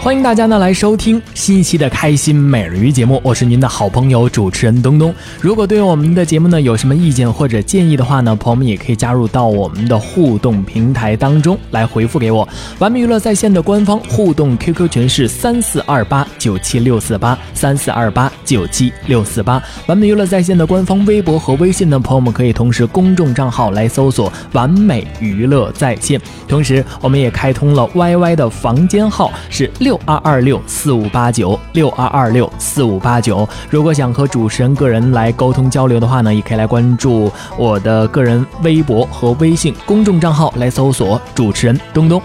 欢迎大家呢来收听新一期的《开心美人鱼》节目，我是您的好朋友主持人东东。如果对我们的节目呢有什么意见或者建议的话呢，朋友们也可以加入到我们的互动平台当中来回复给我。完美娱乐在线的官方互动 QQ 群是三四二八九七六四八三四二八九七六四八。完美娱乐在线的官方微博和微信呢，朋友们可以同时公众账号来搜索“完美娱乐在线”，同时我们也开通了 YY 的房间号是六二二六四五八九六二二六四五八九。如果想和主持人个人来沟通交流的话呢，也可以来关注我的个人微博和微信公众账号来搜索主持人东东。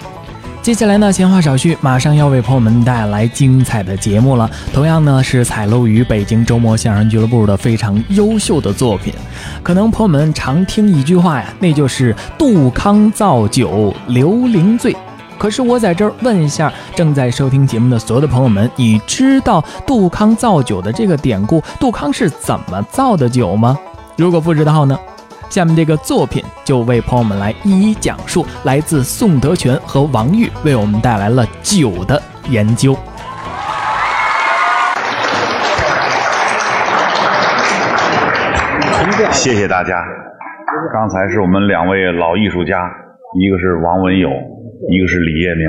接下来呢，闲话少叙，马上要为朋友们带来精彩的节目了。同样呢，是采录于北京周末相声俱乐部的非常优秀的作品。可能朋友们常听一句话呀，那就是“杜康造酒，刘伶醉”。可是我在这儿问一下，正在收听节目的所有的朋友们，你知道杜康造酒的这个典故，杜康是怎么造的酒吗？如果不知道呢？下面这个作品就为朋友们来一一讲述，来自宋德全和王玉为我们带来了酒的研究。谢谢大家。刚才是我们两位老艺术家，一个是王文友，一个是李业明，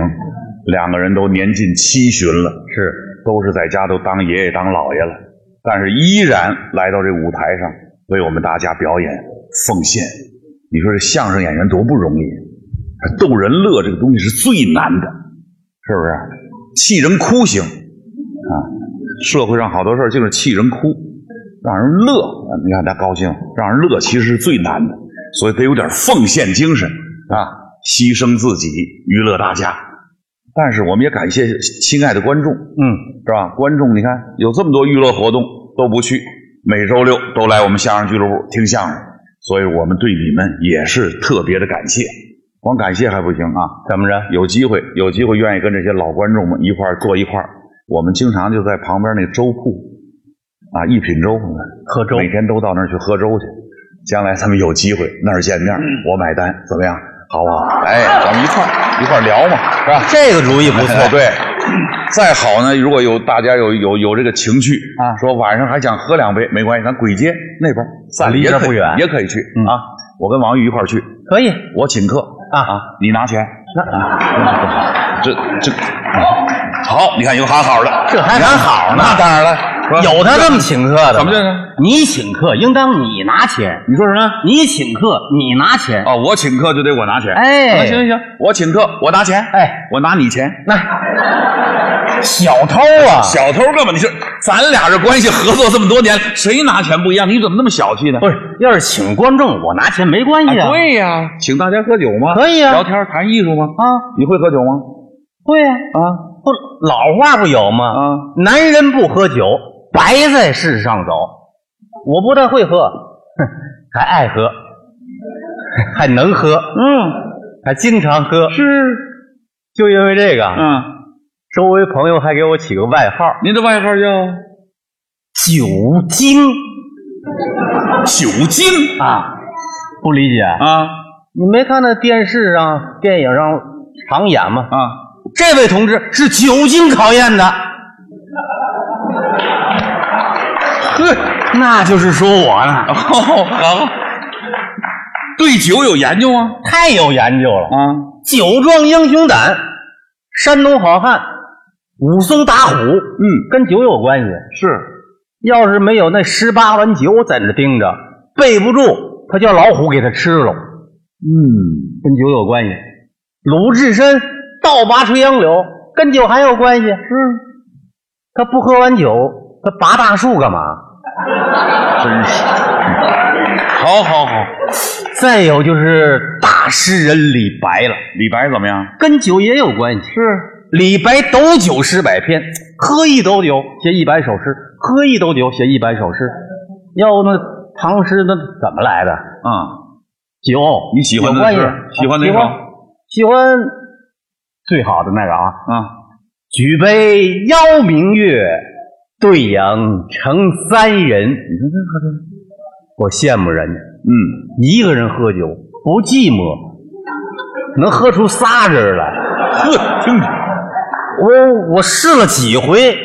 两个人都年近七旬了，是都是在家都当爷爷当姥爷了，但是依然来到这舞台上为我们大家表演奉献。你说这相声演员多不容易，逗人乐这个东西是最难的，是不是？气人哭行啊，社会上好多事儿就是气人哭。让人乐，呃你看他高兴，让人乐其实是最难的，所以得有点奉献精神啊，牺牲自己娱乐大家。但是我们也感谢亲爱的观众，嗯，是吧？观众，你看有这么多娱乐活动都不去，每周六都来我们相声俱乐部听相声，所以我们对你们也是特别的感谢。光感谢还不行啊，怎么着？有机会，有机会愿意跟这些老观众们一块儿坐一块儿，我们经常就在旁边那粥铺。啊，一品粥，喝粥，每天都到那儿去喝粥去。将来咱们有机会那儿见面，嗯我买单，怎么样？好不好？哎，咱们一块儿一块儿聊嘛，是吧？这个主意不错，哎对。再好呢，如果有大家有有有这个情趣啊，说晚上还想喝两杯，没关系，咱簋街那边散离这不远嗯也可以去啊。我跟王玉一块儿去，可以我请客啊啊，你拿钱。啊这这嗯好，你看有好好的，这还很好呢那当然了，是吧有他这么请客的吗，怎么这个你请客应当你拿钱，你说什么？你请客你拿钱，哦，我请客就得我拿钱。哎啊行行行，我请客，我拿钱。哎，我拿你钱。小偷 啊，小偷干嘛？你说咱俩这关系合作这么多年，谁拿钱不一样？你怎么那么小气呢？不是，要是请观众我拿钱没关系啊，对呀、请大家喝酒吗？可以啊聊天谈艺术吗？啊，你会喝酒吗？对呀，啊不老话不有吗？啊，男人不喝酒，白在世上走。我不但会喝，哼，还爱喝， 还能喝，嗯，还经常喝。是，就因为这个，嗯，周围朋友还给我起个外号您的外号叫“酒精酒精”啊，不理解啊？啊你没看那电视上、电影上常演吗？啊，这位同志是酒精考验的。呵，那就是说我呢，哦，好，对酒有研究吗？ 太有研究了。啊，酒壮英雄胆，山东好汉，武松打虎，嗯，跟酒有关系。是，要是没有那十八碗酒在那盯着，备不住他叫老虎给他吃了。嗯，跟酒有关系。鲁智深倒拔垂杨柳，跟酒还有关系。嗯，他不喝完酒，他拔大树干嘛？真是。好好好，再有就是大诗人李白了，李白怎么样？跟酒也有关系。是，李白斗酒诗百篇，喝一斗酒写一百首诗，喝一斗酒写一百首诗。要不那唐诗那怎么来的？啊嗯，酒，你喜欢有的关系是喜欢哪首啊喜欢？喜欢最好的那个啊，啊，举杯邀明月，对影成三人。你看这喝的，我羡慕人家嗯，一个人喝酒不寂寞，能喝出仨人来。呵，听听，哦我我试了几回，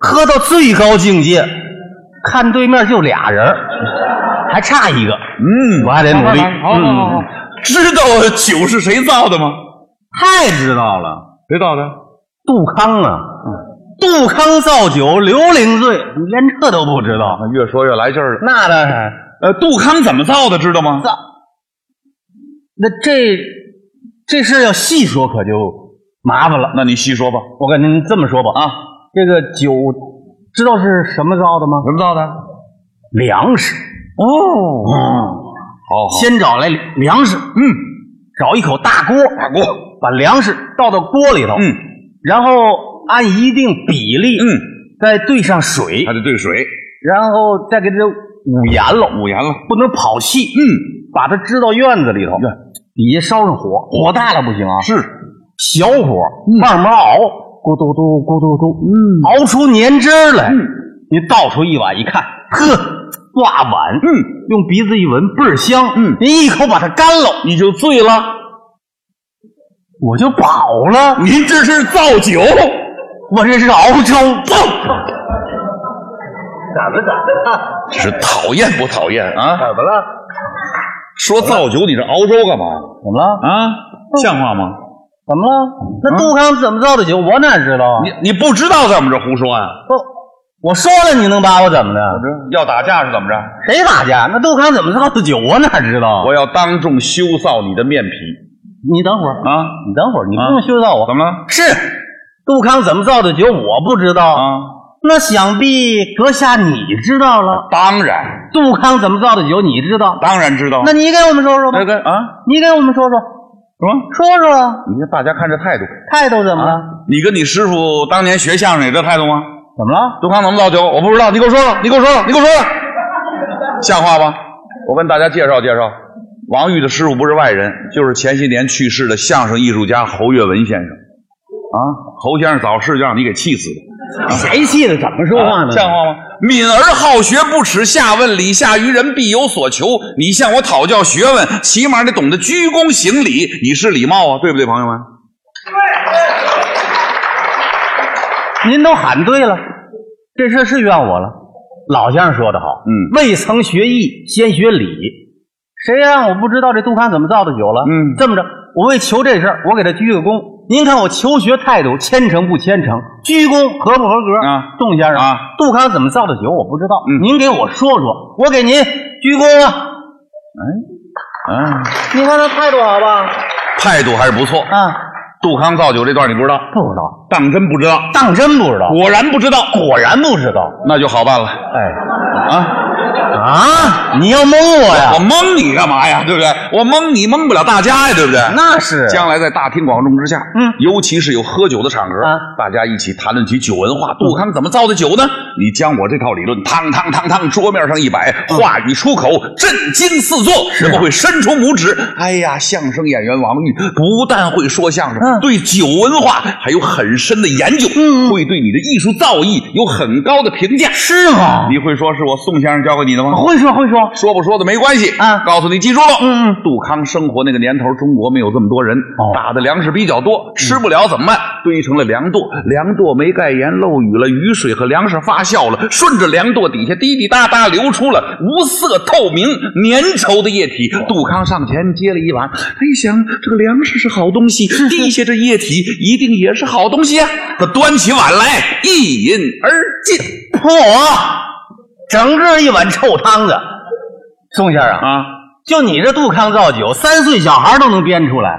喝到最高境界，看对面就俩人儿，还差一个，嗯，我还得努力。好好好好嗯，知道酒是谁造的吗？太知道了。谁造的？杜康啊，嗯杜康造酒，刘伶醉，你连这都不知道？越说越来劲儿了。那当然，呃，杜康怎么造的，知道吗？那这这事要细说可就麻烦了。那你细说吧。我跟您这么说吧，啊，这个酒知道是什么造的吗？么造的？粮食哦，哦好好，先找来粮食，嗯，找一口大锅，大锅，把粮食倒到锅里头，嗯，然后按一定比例，嗯，再兑上水还，得兑水，然后再给它捂严了，五盐了。不能跑气，嗯，把它支到院子里头，底下烧上火，火大了不行啊，是，嗯小火，慢慢熬，咕嘟嘟咕嘟嘟，嗯，熬出粘汁儿嗯来。你倒出一碗一看，呵，挂碗，嗯，用鼻子一闻倍儿香，嗯您一口把它干了，你就醉了。我就饱了，您这是造酒，我这是熬粥，是讨厌不讨厌啊？么了？说造酒，你这熬粥干嘛怎么了？嗯啊？像话吗？啊怎么了？那杜康怎么造的酒，我哪知道啊？你你不知道在我们这胡说啊？不，我说了，你能把我怎么的？嗯要打架是怎么着？谁打架？那杜康怎么造的酒，我哪知道啊？我要当众羞臊你的面皮你等会儿，啊！你等会儿，你不啊用羞臊我。怎么了？是杜康怎么造的酒，我不知道。啊，那想必阁下你知道了。当然，杜康怎么造的酒，你知道？当然知道。那你给我们说说吧哦那。个啊，你给我们什说说，么？说说你看大家看这态度，态度怎么了？你跟你师傅当年学相声也这态度吗？怎么了？杜康怎么造酒？我不知道，你给我说说，你给我说说，你给我说说，像话吧？我跟大家介绍介绍，王玉的师傅不是外人，就是前些年去世的相声艺术家侯月文先生。啊，侯先生早逝就让你给气死的。谁气的？怎么说啊像话吗？敏而好学不耻下问，礼下于人必有所求。你向我讨教学问，起码得懂得鞠躬行礼，以示礼貌啊，对不对，朋友们？您都喊对了，这事儿是怨我了。老先生说的好，嗯未曾学艺，先学礼。谁让我不知道这杜康怎么造的酒了？嗯这么着，我为求这事儿，我给他鞠个躬。您看我求学态度虔诚不虔诚，鞠躬合不合格？啊宋先生啊，杜康怎么造的酒我不知道，嗯您给我说说，我给您鞠躬啊。嗯，您看他态度好吧？态度还是不错。啊，杜康造酒这段你不知道，不知道，当真不知道，当真不知道，果然不知道，果然不知道。那就好办了哎啊！啊，你要蒙我呀？我蒙你干嘛呀？对不对？我蒙你蒙不了大家呀，对不对？那是啊将来在大庭广众之下，嗯尤其是有喝酒的场合，啊大家一起谈论起酒文化，杜康怎么造的酒呢？你将我这套理论，汤汤汤汤，桌面上一摆，话语出口，震惊四座，人们会伸出拇指。哎呀，相声演员王玉不但会说相声，嗯对酒文化还有很深的研究，嗯嗯会对你的艺术造诣有很高的评价。是吗？你会说是我宋先生教给你的吗？啊会说会说，说不说的没关系啊告诉你，记住了。嗯嗯杜康生活那个年头，中国没有这么多人，哦嗯打的粮食比较多，吃不了怎么办？堆成了粮垛，粮垛没盖严，漏雨了，雨水和粮食发酵了，顺着粮垛底下滴滴答答流出了无色透明粘稠的液体。哦杜康上前接了一碗，他一想，这个粮食是好东西，地下这液体一定也是好东西啊。他端起碗来，一饮而尽。嚯！整个一碗臭汤子。宋先生，啊，就你这杜康造酒，三岁小孩都能编出来，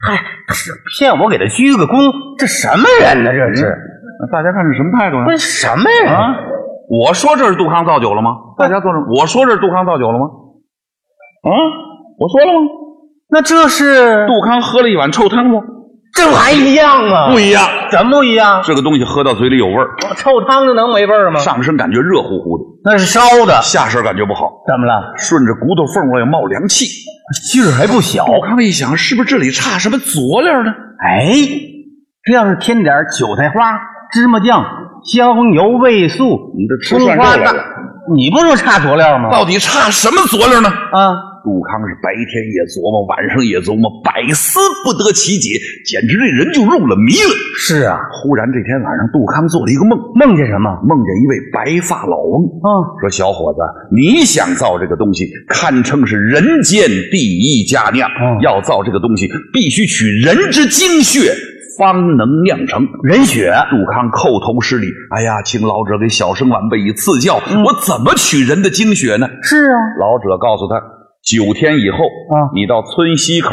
还是骗我给他鞠个躬，这什么人呢？这是大家看是什么态度不呢是？什么人啊？我说这是杜康造酒了吗？大家坐着，我说这是杜康造酒了吗？啊，我说了吗？那这是杜康喝了一碗臭汤吗？这还一样啊？不一样，怎么不一样？这个东西喝到嘴里有味儿，臭汤子能没味儿吗？上身感觉热乎乎的，那是烧的，下身感觉不好，怎么了？顺着骨头缝外冒凉气。劲儿还不小。我刚才一想，是不是这里差什么佐料呢？哎，这要是添点韭菜花、芝麻酱、香油、味素，你这吃葱涮肉花来大了，你不说差佐料吗？到底差什么佐料呢？啊，杜康是白天也琢磨，晚上也琢磨，百思不得其解，简直这人就入了迷了。是啊，忽然这天晚上，杜康做了一个梦，梦见什么？梦见一位白发老翁，啊，说：“小伙子，你想造这个东西，堪称是人间第一佳酿。嗯要造这个东西，必须取人之精血，方能酿成人血。”杜康叩头施礼：“哎呀，请老者给小生晚辈以赐教，我怎么取人的精血呢？”是啊，老者告诉他，九天以后啊你到村西口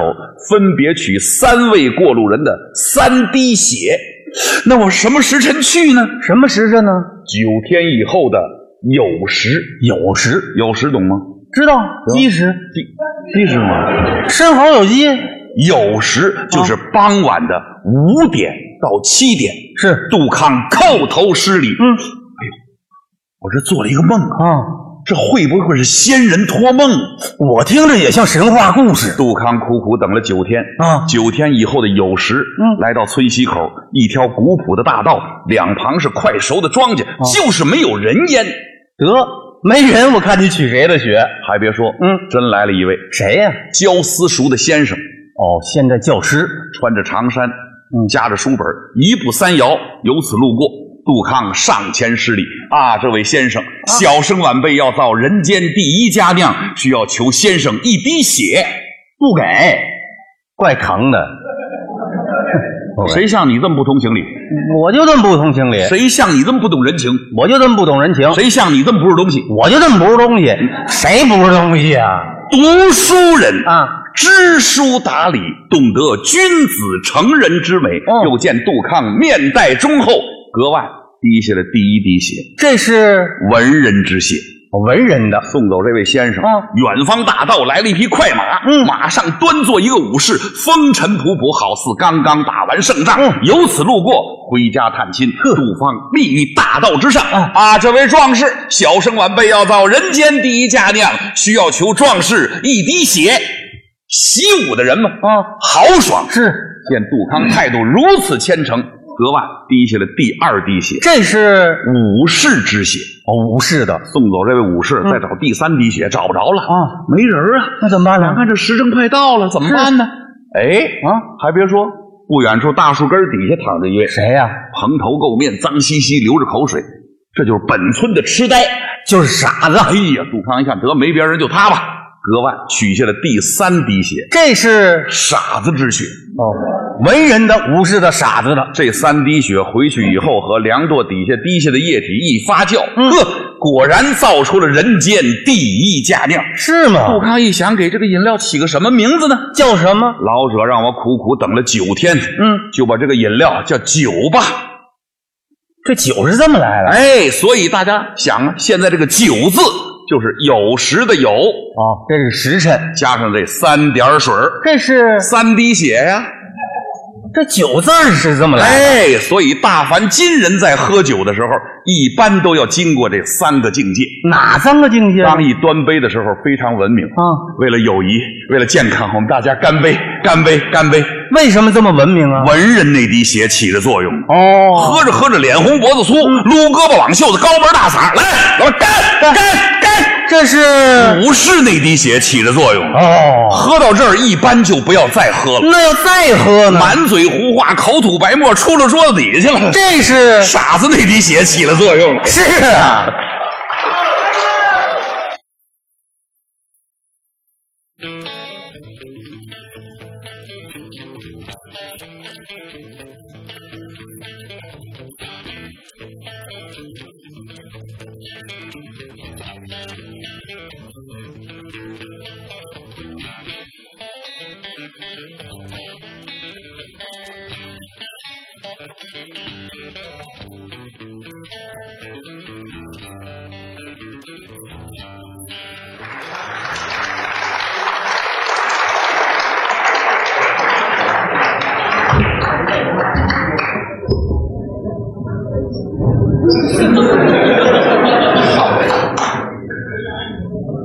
分别取三位过路人的三滴血。那我什么时辰去呢？什么时辰呢？九天以后的酉时，酉时，酉时懂吗？知道鸡时，这是吗？生猴有嗯鸡，酉时就是傍晚的五点到七点。是杜康叩头施礼。嗯我这做了一个梦啊，啊，这会不会是仙人托梦？我听着也像神话故事杜康苦苦等了九天啊九天以后的酉时，嗯来到村西口一条古朴的大道，两旁是快熟的庄稼，就是没有人烟。得没人，我看你取谁的血？还别说，嗯，真来了一位谁呀、教私塾的先生，哦，现在教师穿着长衫，嗯夹着书本，一步三摇，由此路过。杜康上前施礼啊，这位先生，小生晚辈要造人间第一佳酿，需要求先生一滴血。不给，怪疼的。不给哎谁像你这么不通情理？我就这么不通情理，谁像你这么不懂人情？我就这么不懂人情，谁像你这么不是东西？我就这么不是东西，谁不是东西啊？读书人啊，知书达理，懂得君子成人之美。嗯又见杜康面带忠厚，格外滴下了第一滴血，这是文人之血。文人的，送走这位先生，嗯远方大道来了一匹快马，嗯马上端坐一个武士，风尘仆仆，好似刚刚打完胜仗。嗯由此路过，回家探亲，杜方立于大道之上。啊啊，这位壮士，小生晚辈要造人间第一佳酿，需要求壮士一滴血。习武的人嘛，啊豪爽。是见杜康态度如此虔诚，格外滴下了第二滴血，这是武士之血。哦，武士的嗯送走这位武士，再找第三滴血，找不着了啊，没人儿啊。那怎么办咱看这时辰快到了，怎么办呢？哎啊，还别说，不远处大树根儿底下躺着一位，谁呀、蓬头垢面，脏兮兮，流着口水，这就是本村的痴呆。就是傻子。哎呀，杜康一看得没别人，就他吧。格外取下了第三滴血，这是傻子之血。哦，文人的、武士的、傻子的，这三滴血回去以后，和梁垛底下滴下的液体一发酵，嗯呵，果然造出了人间第一佳酿。是吗？杜康一想，给这个饮料起个什么名字呢？叫什么？老者让我苦苦等了九天，嗯，就把这个饮料叫酒吧。这酒是这么来的。哎，所以大家想啊，现在这个“酒”字就是有时的“有哦，这是时辰，”，加上这三点水儿这是三滴血呀、这酒字儿是这么来的。哎，所以大凡今人在喝酒的时候，一般都要经过这三个境界。哪三个境界啊？当一端杯的时候非常文明啊，为了友谊，为了健康，我们大家干杯，干杯，干杯！为什么这么文明啊？文人那滴血起着作用。哦，嗯喝着喝着，脸红脖子粗，撸胳膊挽袖子，高脖大嗓，来，我干干干！这是武士那滴血起着作用，哦，喝到这儿一般就不要再喝了，那要再喝呢？满嘴胡话，口吐白沫，出了桌子底下去了。这是傻子那滴血起了作用，是啊。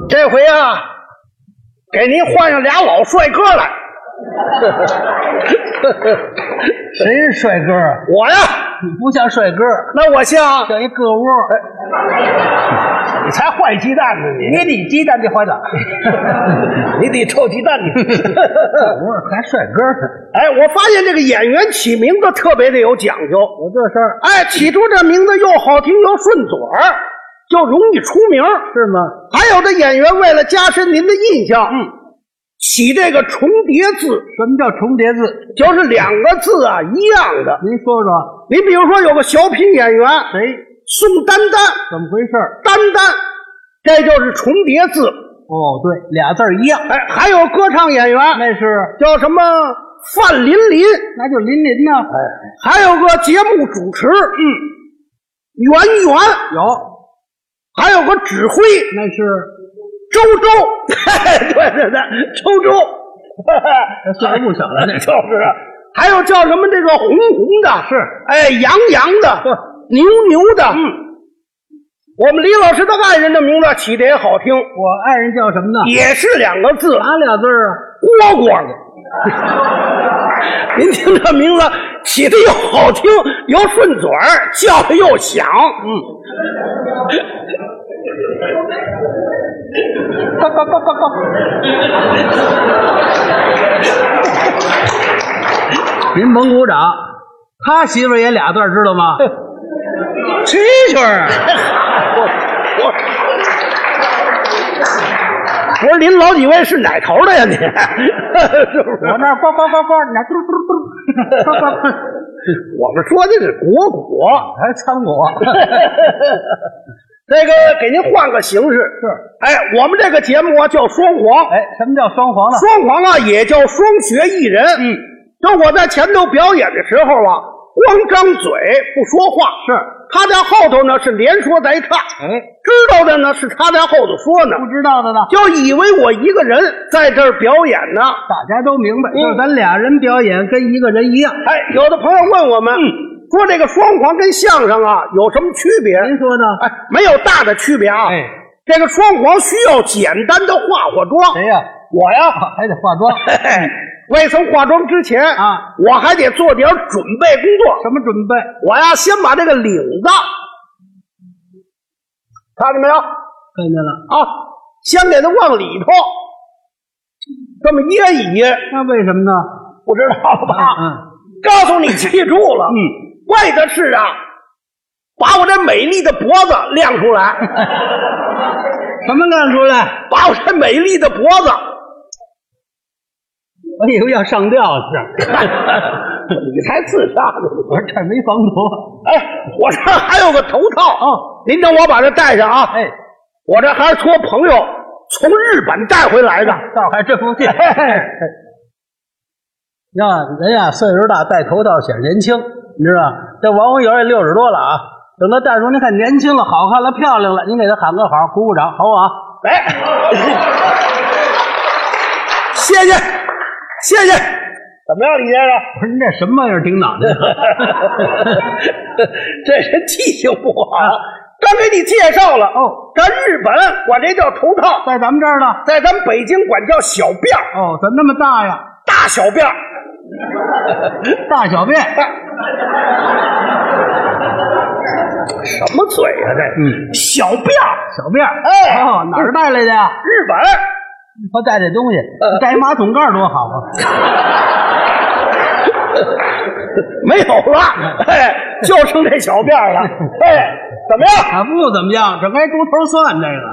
这回啊，给您换上俩老帅哥来。谁是帅哥啊？我呀，你不像帅哥，那我像像一个窝。你才换鸡蛋呢，你得鸡蛋得换 的，你你得臭鸡蛋你。窝还帅哥呢。哎，我发现这个演员起名字特别的有讲究，有这事儿。哎，起出这名字又好听又顺嘴儿，就容易出名，是吗？还有这演员为了加深您的印象，嗯，起这个重叠字，什么叫重叠字？就是两个字啊一样的。您说说，你比如说有个小品演员，谁宋丹丹，怎么回事儿？丹丹，这就是重叠字。哦，对，俩字儿一样，哎，还有歌唱演员，那是叫什么范琳琳，那就林林呢。哎，还有个节目主持，嗯，圆圆，有，还有个指挥那是周周，对对对，周周，岁数不小了，那就是啊，还有叫什么这个红红的，是，哎，洋洋的，牛牛的，嗯，我们李老师的爱人的名字起的也好听，我爱人叫什么呢？也是两个字，哪俩字儿啊？蝈蝈。您听这名字起的又好听，又顺嘴儿，叫的又响。嗯，呱呱呱呱呱！您甭鼓掌，他媳妇儿也俩字儿，知道吗？蛐蛐儿。我我我说您老几位是哪头的呀？您是不是？我那儿呱呱呱呱，你那儿嘟嘟嘟，呱呱呱，我们说的是果果，还掺我。那个给您换个形式是。哎，我们这个节目啊叫双簧，哎，什么叫双簧呢？双簧啊，也叫双学一人。嗯，就我在前头表演的时候啊，光张嘴不说话，是他在后头呢是连说带唱，哎，知道的呢是他在后头说呢，不知道的呢，就以为我一个人在这儿表演呢。嗯大家都明白，就是咱俩人表演跟一个人一样。嗯哎，有的朋友问我们，说这个双簧跟相声啊有什么区别？您说呢？哎，没有大的区别啊。哎，这个双簧需要简单的化化妆。谁哎呀？我呀。还得化妆，嘿，未曾化妆之前啊，我还得做点准备工作。什么准备？我呀，先把这个领子，看见没有啊？看见了？先给它往里头这么掖一掖，那为什么呢？不知道了吧？嗯，告诉你，记住了。嗯，为的是啊，把我这美丽的脖子亮出来， 什么干出来？把我这美丽的脖子，我以为要上吊去， 你才自杀呢！我说这没防毒。哎，我这儿还有个头套啊哦，您等我把这戴上啊。哎，我这还是托朋友从日本带回来的。倒还真不见。 呀，人呀，岁数大戴头套显年轻，你知道？这王文友也六十多了啊，等他戴出，您看年轻了、好看了、漂亮了，您给他喊个好，鼓鼓掌，好不好？哎，谢谢，谢谢。怎么样，李先生？不是，您这什么玩意儿顶脑袋？ 这人记性不好。啊刚给你介绍了哦，咱日本管这叫头套，在咱们这儿呢。在咱北京管叫小辫儿，哦，怎么那么大呀？大小辫儿。 大小便。什么嘴啊这？嗯，小辫儿，小便。哎哦，哪儿带来的呀？日本。我带这东西，呃带马桶盖儿多 好啊！没有了，哎，就剩这小 辫儿了，哎，怎么样？啊，不怎么样，这该猪头蒜这个。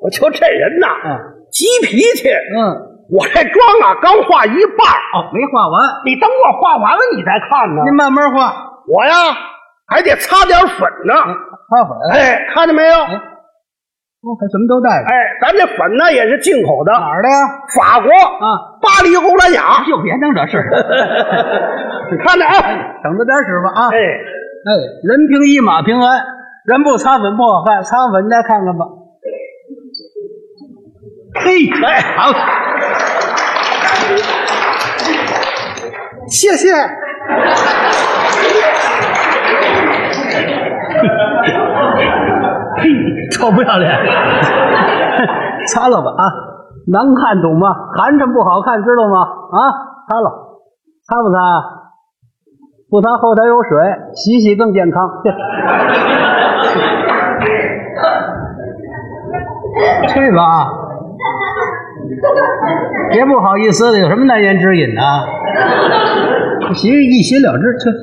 我就这人呐，嗯急脾气。嗯，我这妆啊，刚化一半儿哦，没画完，你等我化完了你再看呢。您慢慢画。嗯我呀，还得擦点粉呢。擦粉，哎，看见没有？哦还什么都带着。哎，咱这粉呢也是进口的，嗯哪儿的呀？法国啊，巴黎欧莱雅。就别弄这事儿，你 看着啊，省着点使吧啊！哎，哎，人平一马平安，人不擦粉不好看，擦粉再看看吧。嘿，哎，好，谢谢。嘿，臭不要脸，擦了吧啊！难看懂吗？寒碜不好看，知道吗？啊，擦了，擦不擦？不擦后台有水，洗洗更健康。 去吧，啊别不好意思的，有什么难言之隐呢、洗一洗了之，去去。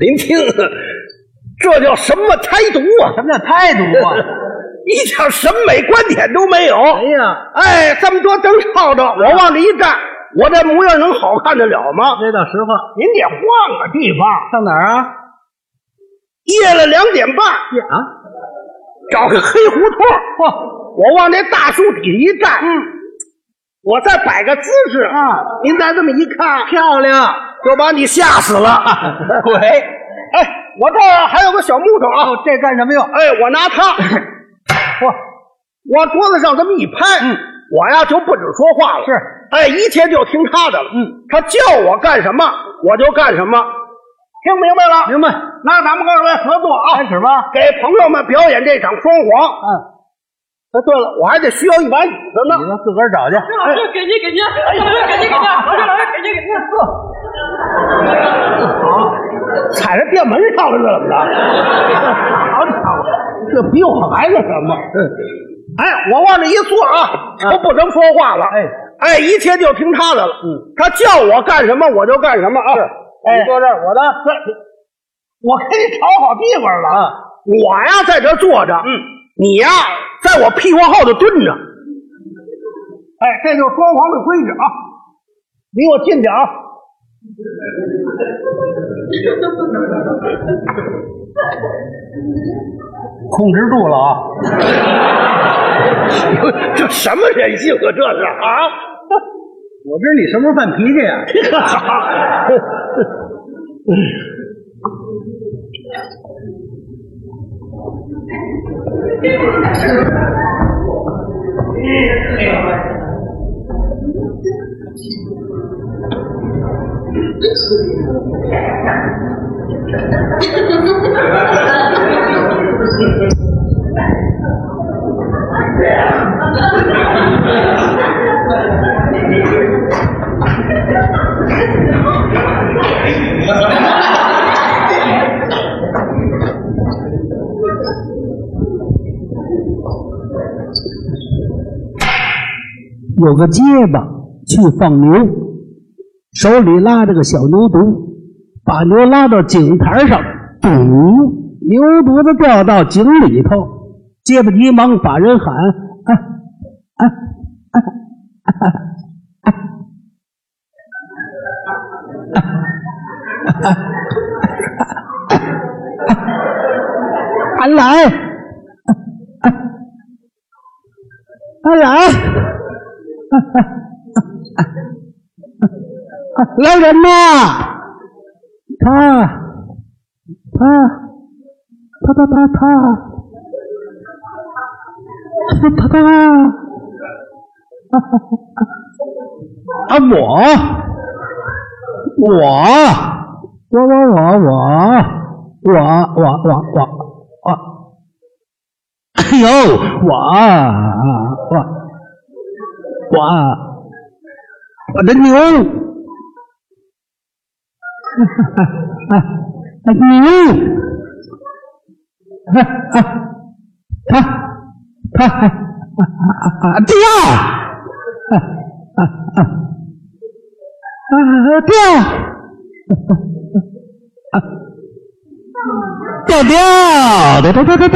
您听，这叫什么台独啊？什么叫态度啊？一点审美观点都没有。哎呀，哎，这么多灯泡子，我往这一站，我这模样能好看得了吗？这倒实话。您得换个地方。上哪儿啊？夜了两点半，啊，找个黑胡同，嚯，我往这大树底下一站，嗯，我再摆个姿势啊，您再这么一看，漂亮！啊就把你吓死了。 滚！哎，我这儿还有个小木头啊，哦，这干什么用？嗯哎，我拿它， 嚯，往桌子上这么一拍，嗯，我呀就不准说话了，是，哎，一切就听他的了，嗯，他叫我干什么我就干什么，听明白了？明白？那咱们二位合作啊，开始吧。给朋友们表演这场双簧。嗯，哎，对了，我还得需要一把椅子呢。你们自个儿找这去。给您给您，哎呀，给您给您，老师老师给您给您，踩着电门上了，这怎么着？好家伙，这比我还那什么？哎，我往这一坐啊，都不能说话了。哎，哎，一切就听他的了。嗯，他叫我干什么我就干什么啊。哎，你坐这儿，我呢？我给你找好地方了啊！我呀在这坐着，嗯，你呀在我屁股后头蹲着。 哎，这就是双簧的规矩啊！离我近点啊！控制住了啊！这什么人性啊？这是 啊！我知你什么时候犯脾气呀、有个结巴去放牛，手里拉着个小牛犊，把牛拉到井台上堵，牛犊子掉到井里头，结巴急忙把人喊：“哎哎哎哎哎俺来，俺来。”来人呐！他，他，他他他他，他他，啊我，我，我我我我我我我我我，哎呦我我。我我的牛，牛，它它它掉，掉，掉掉掉掉掉掉掉掉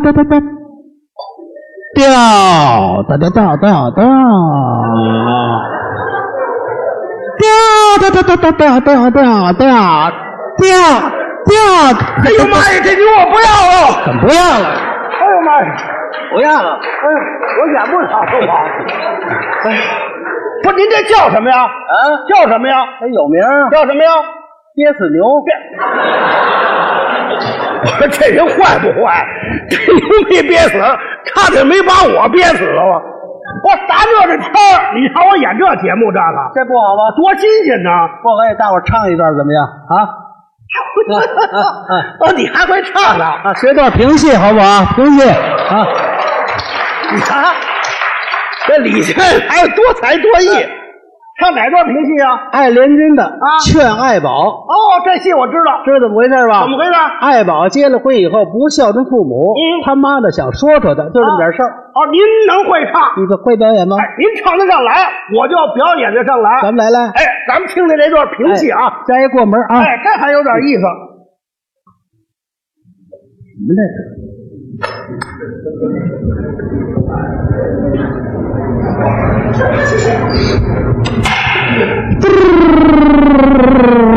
掉掉。掉，哒哒哒哒哒，掉，哒哒哒哒哒哒哒哒哒哒，哎呦妈呀，这牛我不要啊了！怎么不要了？哎呦妈呀，不要了！哎呦，我演不了了，我。哎，不，您这叫什么呀？啊，叫什么呀？它有名，叫什么呀？憋死牛！ 我说这人坏不坏？这牛没憋死，差点没把我憋死了我。我咱这是天儿，你让我演这节目这个，这不好吗？多新鲜呢！ 不可以，大伙唱一段怎么样啊？哦，你还会唱呢？啊，学段评戏好不好？评戏啊，你看，这李现还有多才多艺，唱哪段评戏啊？爱莲君的啊劝爱宝，哦，这戏我知道，知道怎么回事吧？怎么回事？哦爱宝结了婚以后不孝顺父母，嗯他妈的想说说他，就这么点事儿。哦，您能会唱，你可会表演吗？哎，您唱得上来，我就表演得上来。咱们来来，哎，咱们听听这段评戏啊，加一过门啊！哎，这还有点意思。什么来着？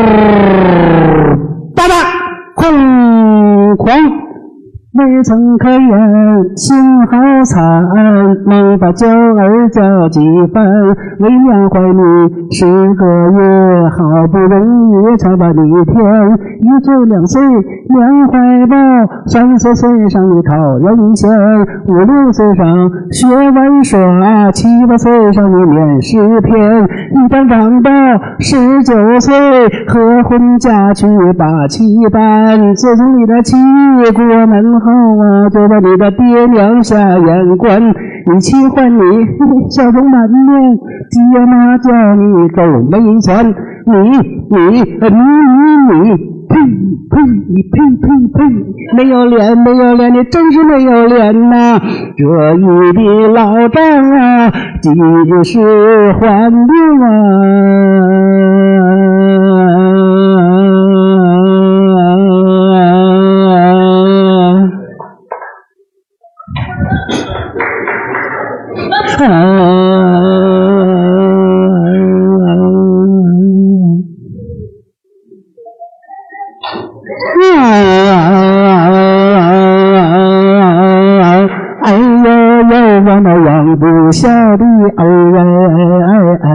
大大空狂。未曾开眼，心好惨，忙把娇儿叫几番，为娘怀你十个月，好不容易才把你添，一岁两岁娘怀抱，三四岁上一讨人嫌，五六岁上学玩耍，七八岁上一念诗篇，一长长到十九岁，合婚嫁娶把妻办，自从你的妻过门后啊，就把你的爹娘下眼关，你妻唤你笑容满面，爹妈叫你皱眉前，你你呃你你你。呸呸！你呸呸呸！ 没有脸，没有脸，你真是没有脸呐、这一笔老账啊，今日是啊还不完。啊哎呦呦，我那养不下的儿哎哎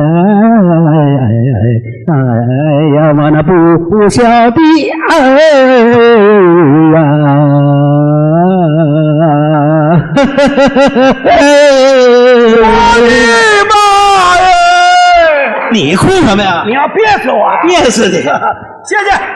哎哎哎呀，我那不孝的儿啊！哎我的妈呀！你哭什么呀？你要憋死我啊！哎憋死你！谢谢。